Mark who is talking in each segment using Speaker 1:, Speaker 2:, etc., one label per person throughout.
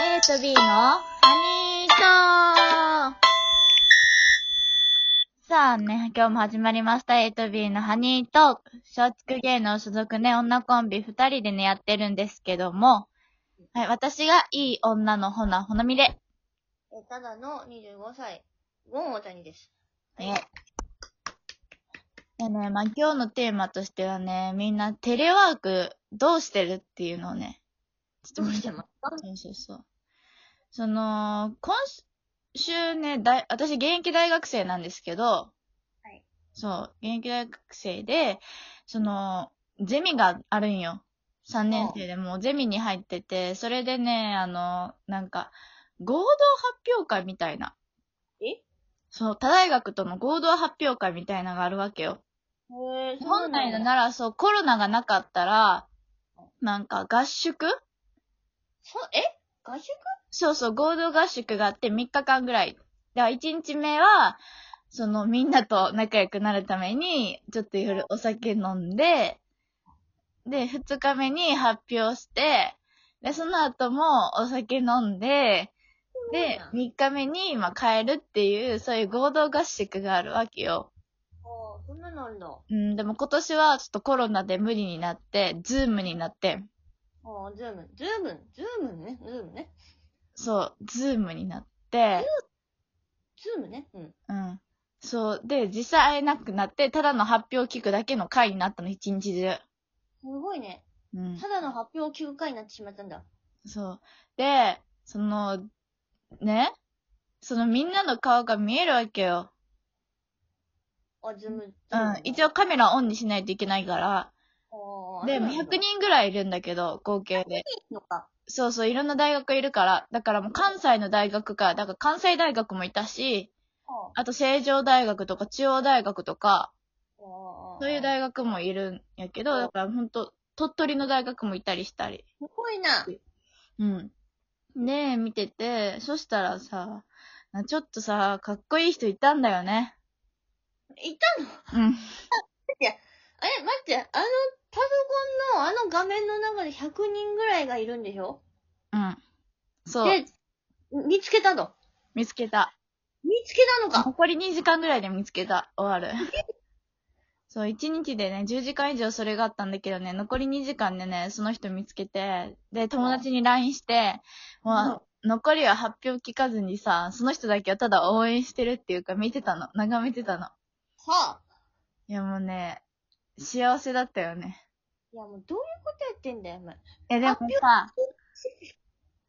Speaker 1: A と B のハニートークさあね、今日も始まりました A と B のハニートーク。松竹芸能所属ね、女コンビ二人でね、やってるんですけども、はい、私がいい女のほな、ほのみで。
Speaker 2: え、ただの25歳、ゴンオタニです。
Speaker 1: ね。でね、まあ、今日のテーマとしてはね、みんなテレワークどうしてるっていうのをね、
Speaker 2: どうしてますか
Speaker 1: そうそうそう。その、今週ね、大私現役大学生なんですけど、
Speaker 2: い
Speaker 1: そう、現役大学生で、その、ゼミがあるんよ。3年生でもうゼミに入ってて、それでね、あの、なんか、合同発表会みたいな。
Speaker 2: え
Speaker 1: そう、他大学との合同発表会みたいなのがあるわけよ。
Speaker 2: へー
Speaker 1: 本来の
Speaker 2: な、
Speaker 1: ならそう、コロナがなかったら、なんか合宿
Speaker 2: そ、え合宿
Speaker 1: そうそう、合同合宿があって3日間ぐらい。だから1日目は、そのみんなと仲良くなるために、ちょっと夜お酒飲んで、で、2日目に発表して、で、その後もお酒飲んで、で、3日目にまあ帰るっていう、そういう合同合宿があるわけよ。
Speaker 2: あーそんなのあるんだ。
Speaker 1: うん、でも今年はちょっとコロナで無理になって、ズームになって、
Speaker 2: ああ、ズーム、ズーム、ズームね、ズームね。
Speaker 1: そう、ズームになって、
Speaker 2: ズームね。うん。
Speaker 1: うん。そう。で、実際会えなくなって、ただの発表を聞くだけの会になったの、一日中。
Speaker 2: すごいね。
Speaker 1: うん。
Speaker 2: ただの発表を聞く回になってしまったんだ。
Speaker 1: そう。で、その、ねそのみんなの顔が見えるわけよ。
Speaker 2: あ、ズーム。
Speaker 1: うん。一
Speaker 2: 応。
Speaker 1: 応カメラオンにしないといけないから。
Speaker 2: あー
Speaker 1: で、
Speaker 2: そ
Speaker 1: もう
Speaker 2: うなんだ
Speaker 1: 100人ぐらいいるんだけど、合計で。
Speaker 2: いいのか。
Speaker 1: そうそう、いろんな大学いるから。だからもう関西の大学か、だから関西大学もいたし、
Speaker 2: あ
Speaker 1: あと成城大学とか中央大学とか、
Speaker 2: そ
Speaker 1: そういう
Speaker 2: 学。
Speaker 1: 大学もいるんやけど、
Speaker 2: うん
Speaker 1: だからほんと、鳥取の大学もいたりしたり。
Speaker 2: すごいな。
Speaker 1: うん。ねえ、見てて、そしたらさ、なちょっとさ、かっこいい人いたんだよね。
Speaker 2: いたの
Speaker 1: うん。
Speaker 2: え、待って、あの、パソコンのあの画面の中で100人ぐらいがいるんでしょ
Speaker 1: うん。そう。
Speaker 2: で、見つけたの。
Speaker 1: 見つけた。
Speaker 2: 見つけたのか。
Speaker 1: 残り2時間ぐらいで見つけた。終 わる。そう、1日でね、10時間以上それがあったんだけどね、残り2時間でね、その人見つけて、で、友達に LINE して、もう、残りは発表聞かずにさ、その人だけはただ応援してるっていうか見てたの。眺めてたの。
Speaker 2: はあ。
Speaker 1: いやもうね、幸せだったよね。
Speaker 2: いや、もうどういうことやってんだよ、お前。
Speaker 1: え、でもさ、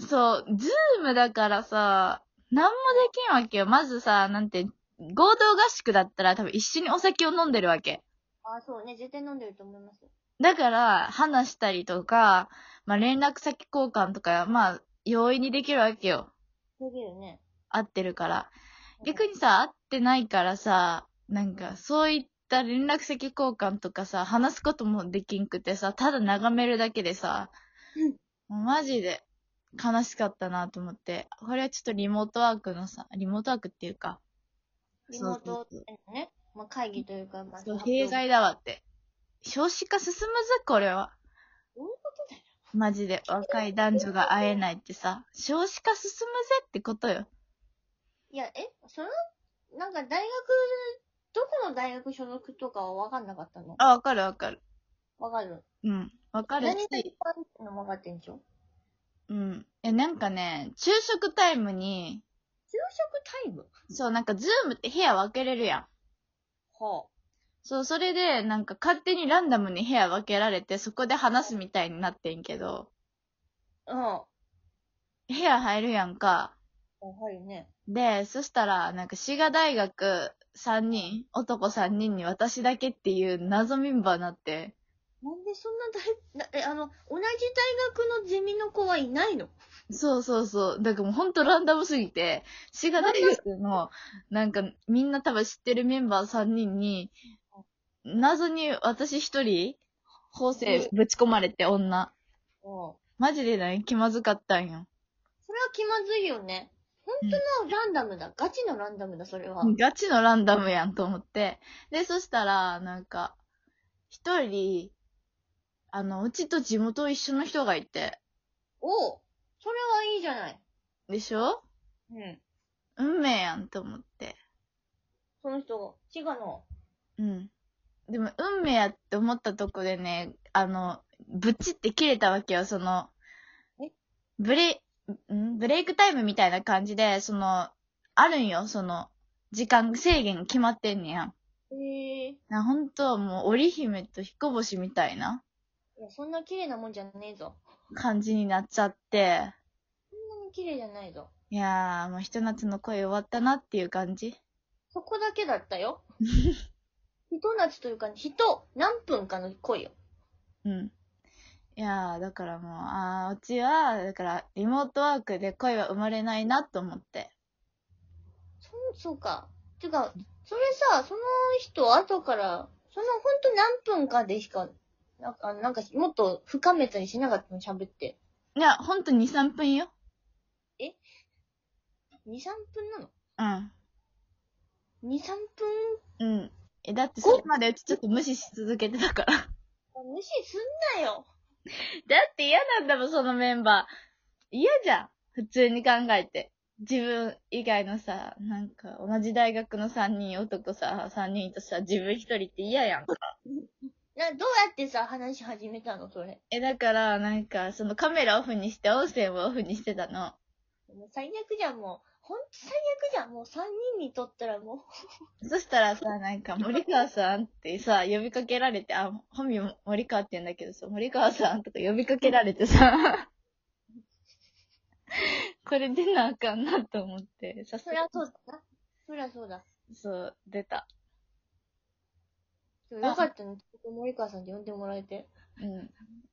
Speaker 1: そう、ズームだからさ、なんもできんわけよ。まずさ、なんて、合同合宿だったら多分一緒にお酒を飲んでるわけ。
Speaker 2: あ、そうね、絶対飲んでると思いますよ。
Speaker 1: だから、話したりとか、まあ、連絡先交換とか、まあ、容易にできるわけよ。
Speaker 2: できるね。
Speaker 1: 会ってるから。逆にさ、会ってないからさ、なんか、そういった連絡先交換とかさ、話すこともできんくてさ、ただ眺めるだけでさ、もうマジで悲しかったなと思って、これはちょっとリモートワークのさ、リモートワークっていうか、
Speaker 2: リモー
Speaker 1: そう
Speaker 2: トね。まあ、会議というか、まあ、
Speaker 1: そう
Speaker 2: 発表
Speaker 1: 弊害だわって。少子化進むぞ、これは。
Speaker 2: どういうことだよ。
Speaker 1: マジで若い男女が会えないってさ、少子化進むぜってことよ。
Speaker 2: いや、え、その、なんか大学、どこの大学所属とかは分かんなかったの
Speaker 1: あ、わかるわかる。
Speaker 2: 分かる。
Speaker 1: うん。わかる
Speaker 2: 何が
Speaker 1: し。
Speaker 2: 一般ってのも分かってんでしょ
Speaker 1: うん。え、なんかね、昼食タイムに、
Speaker 2: 昼食タイム
Speaker 1: そう、なんか、ズームって部屋分けれるやん。
Speaker 2: は
Speaker 1: そう、それで、なんか、勝手にランダムに部屋分けられて、そこで話すみたいになってんけど、
Speaker 2: あ。うん。あ
Speaker 1: 部屋入るやんか。
Speaker 2: 入るね。
Speaker 1: で、そしたら、なんか、滋賀大学3人、男3人に私だけっていう謎メンバーになって、
Speaker 2: なんでそんな大、なえ、あの、同じ大学のゼミの子はいないの
Speaker 1: そうそうそう。だからもうほんとランダムすぎて、滋賀大学の、なんかみんな多分知ってるメンバー3人に、謎に私一人、法政ぶち込まれて女。
Speaker 2: うん。
Speaker 1: マジでね、気まずかったんよ。
Speaker 2: それは気まずいよね。本当のランダムだ。ガチのランダムだ、それは。
Speaker 1: ガチのランダムやんと思って。で、そしたら、なんか、一人、あの、うちと地元一緒の人がいて、
Speaker 2: おうそれはいいじゃない。
Speaker 1: でしょ
Speaker 2: うん。
Speaker 1: 運命やんと思って。
Speaker 2: その人が、滋賀の、
Speaker 1: うん。でも、運命やって思ったとこでね、あの、ブチって切れたわけよ、その
Speaker 2: え、
Speaker 1: ブレ、んブレイクタイムみたいな感じで、その、あるんよ、その、時間制限決まってんねやん。
Speaker 2: ええ
Speaker 1: な、ほんと、もう、織姫と彦星みたいない
Speaker 2: や、そんな綺麗なもんじゃねえぞ。
Speaker 1: 感じになっちゃって、
Speaker 2: そんなに綺麗じゃないぞ。
Speaker 1: いやー、もう、ひと夏の恋終わったなっていう感じ。
Speaker 2: そこだけだったよ。ひと夏というか、ひと、何分かの恋よ。
Speaker 1: うん。いやー、だからもう、あー、うちは、だから、リモートワークで恋は生まれないなと思って。
Speaker 2: そ、そうか。てか、それさ、その人後から、そのほんと何分かでしか、なんか、なんかもっと深めたりしなかったの喋って。
Speaker 1: いや、ほんと2、3分よ。
Speaker 2: 2、3分なの
Speaker 1: うん。
Speaker 2: ?2、3
Speaker 1: うん。え、だってそれまでうちちょっと無視し続けてたから。 だ
Speaker 2: 分無視すんなよ。
Speaker 1: って嫌なんだもん、そのメンバー。嫌じゃん。普通に考えて。自分以外のさ、なんか、同じ大学の3人男さ、3人とさ、自分1人って嫌やんか。
Speaker 2: な、どうやってさ、話し始めたのそれ。
Speaker 1: え、だから、なんか、そのカメラオフにして、音声をオフにしてたの。
Speaker 2: もう最悪じゃん、もう。ほんと最悪じゃん。もう3人にとったらもう。
Speaker 1: そしたらさ、なんか、森川さんってさ、呼びかけられて、あ、本名森川って言うんだけどさ、森川さんとか呼びかけられてさ、 これ出なあかんなと思って、さす
Speaker 2: そ
Speaker 1: が
Speaker 2: りゃそうだな。そりゃそうだ。
Speaker 1: そう、出た。
Speaker 2: でもよかったね。森川さんって呼んでもらえて。
Speaker 1: うん。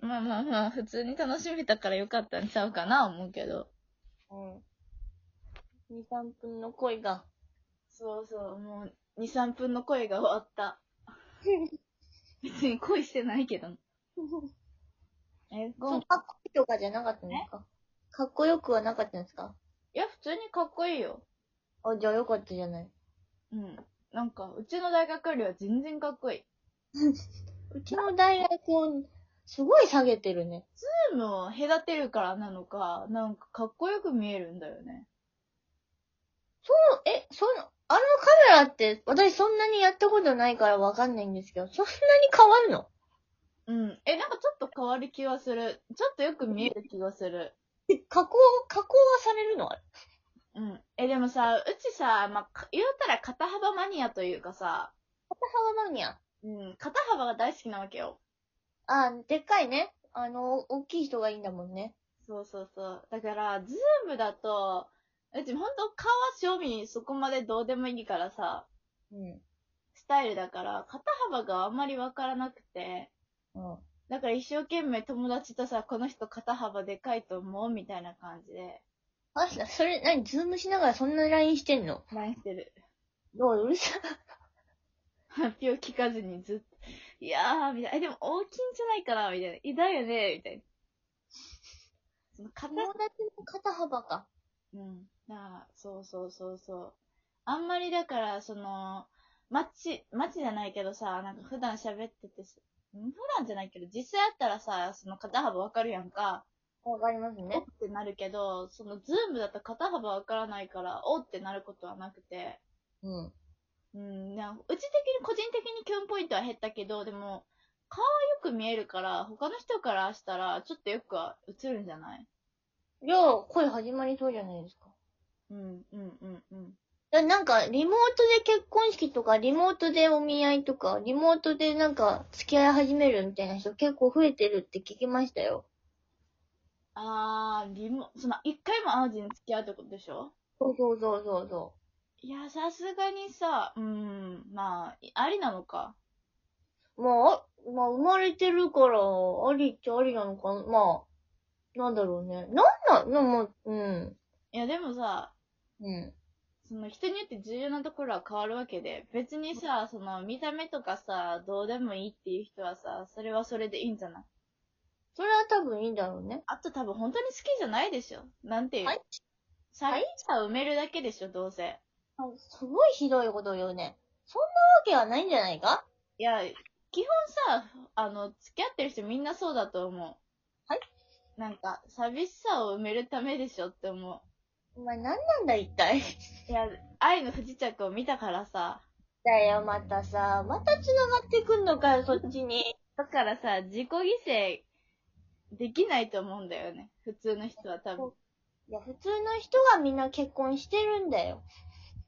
Speaker 1: まあまあまあ、普通に楽しめたからよかったんちゃうかな、思うけど。
Speaker 2: うん。2、3分の恋 が。
Speaker 1: そうそう、もう、2、3分の恋が終わった。 別に恋してないけど。え、
Speaker 2: そ
Speaker 1: ご
Speaker 2: うかっこいいとかじゃなかったんですかかっこよくはなかったんですか
Speaker 1: いや、普通にかっこいいよ。
Speaker 2: あ、じゃあよかったじゃない。
Speaker 1: うん。なんか、うちの大学よりは全然かっこいい。
Speaker 2: うちの大学を、すごい下げてるね。
Speaker 1: ズームを隔てるからなのか、なんかかっこよく見えるんだよね。
Speaker 2: え、その、あのカメラって、私そんなにやったことないからわかんないんですけど、そんなに変わんの
Speaker 1: うん。え、なんかちょっと変わる気がする。ちょっとよく見える気がする。
Speaker 2: え加工、加工はされるのあれ。
Speaker 1: うん。え、でもさ、うちさ、まあ、か言うたら肩幅マニアというかさ、
Speaker 2: 肩幅マニア。
Speaker 1: うん、肩幅が大好きなわけよ。
Speaker 2: あ、でっかいね。あの、大きい人がいいんだもんね。
Speaker 1: そうそうそう。だから、ズームだと、うちほんと顔は正味そこまでどうでもいいからさ、
Speaker 2: うん。
Speaker 1: スタイルだから、肩幅があんまりわからなくて、
Speaker 2: うん。
Speaker 1: だから一生懸命友達とさ、この人肩幅でかいと思うみたいな感じで、
Speaker 2: あ、それ、何ズームしながらそんな LINE してんの
Speaker 1: LINE してる。
Speaker 2: どううるさい。
Speaker 1: 発表聞かずにずっと、いやー、みたいな。え、でも大きいんじゃないかなみたいな。え、だよねみたいな。その肩、
Speaker 2: 友達の肩幅か。
Speaker 1: うん。なあ、そうそうそうそう。あんまりだから、その、街、街じゃないけどさ、なんか普段喋っててす、ん普段じゃないけど、実際あったらさ、その肩幅わかるやんか。
Speaker 2: わかります
Speaker 1: おっ
Speaker 2: ね。
Speaker 1: てなるけど、そのズームだと肩幅わからないから、おってなることはなくて。
Speaker 2: うん。
Speaker 1: うん、なんかうち的に、個人的にキュンポイントは減ったけど、でも、顔はよく見えるから、他の人からしたら、ちょっとよくは映るんじゃない
Speaker 2: じゃあ、恋始まりそうじゃないですか。
Speaker 1: うん、うん、うん、うん。
Speaker 2: だなんか、リモートで結婚式とか、リモートでお見合いとか、リモートでなんか、付き合い始めるみたいな人結構増えてるって聞きましたよ。
Speaker 1: あー、リモ、その、一回も会わずに付き合うってことでしょ
Speaker 2: そうそうそうそうそ
Speaker 1: いや、さすがにさ、うん、まあ、いありなのか。
Speaker 2: う。まあ、あまあ、生まれてるから、ありっちゃありなのかな。まあ、なんだろうね。なんだ、まあ、うん。
Speaker 1: いや、でもさ、
Speaker 2: うん。
Speaker 1: その人によって重要なところは変わるわけで、別にさ、その見た目とかさ、どうでもいいっていう人はさ、それはそれでいいんじゃない
Speaker 2: それは多分いいんだろうね。
Speaker 1: あと多分本当に好きじゃないでしょなんていう。
Speaker 2: はい
Speaker 1: 寂しさを埋めるだけでしょ、どうせ。
Speaker 2: あすごいひどいこと言うね。そんなわけはないんじゃないか
Speaker 1: いや、基本さ、あの、付き合ってる人みんなそうだと思う。
Speaker 2: はい
Speaker 1: なんか、寂しさを埋めるためでしょって思う。
Speaker 2: お前何なんだ一体。
Speaker 1: いや、愛の不時着を見たからさ。
Speaker 2: だよ、またさ。また繋がってくんのかよ、そっちに。
Speaker 1: だからさ、自己犠牲できないと思うんだよね。普通の人は多分。
Speaker 2: いや、普通の人がみんな結婚してるんだよ。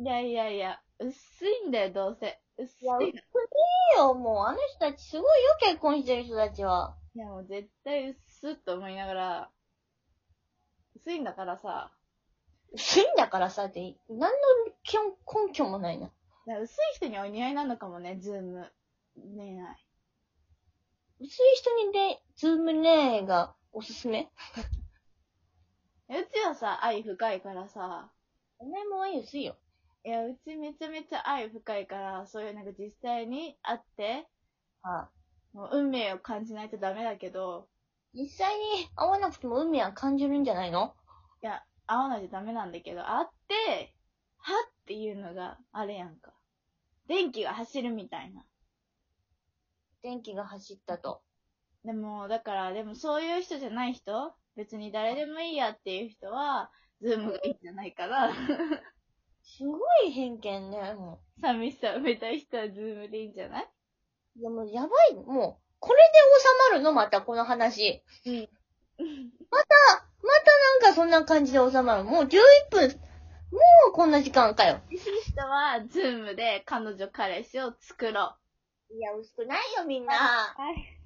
Speaker 1: いやいやいや、薄いんだよ、どうせ。薄い
Speaker 2: いや、
Speaker 1: の。
Speaker 2: 薄
Speaker 1: い
Speaker 2: いよ、もう。あの人たちすごいよ、結婚してる人たちは。
Speaker 1: や、もう絶対薄っと思いながら、薄いんだからさ。
Speaker 2: 薄いんだからさ、って、何のきょん根拠もないな。
Speaker 1: だから薄い人にお似合いなのかもね、ズーム。恋愛。
Speaker 2: 薄い人にね、ズームねがおすすめ
Speaker 1: うちはさ、愛深いからさ。
Speaker 2: お前も愛薄いよ。
Speaker 1: いや、うちめちゃめちゃ愛深いから、そういうなんか実際に会って、
Speaker 2: ああ
Speaker 1: もう運命を感じないとダメだけど、
Speaker 2: 実際に会わなくても運命は感じるんじゃないの
Speaker 1: いや、会わないとダメなんだけど、会って、はっていうのがあれやんか。電気が走るみたいな。
Speaker 2: 電気が走ったと。
Speaker 1: でも、だから、でもそういう人じゃない人別に誰でもいいやっていう人は、ズームがいいんじゃないかな。
Speaker 2: すごい偏見ね、も。
Speaker 1: 寂しさを埋めたい人はズームでいいんじゃないう
Speaker 2: いや、もうやばい、もう。これで収まるのまた、この話。
Speaker 1: うん。
Speaker 2: なんかそんな感じで収まる。もう11分。もうこんな時間かよ。
Speaker 1: 人は、ズームで彼女彼氏を作ろ
Speaker 2: いや、薄くないよ、みん
Speaker 1: う。
Speaker 2: な。
Speaker 1: はい。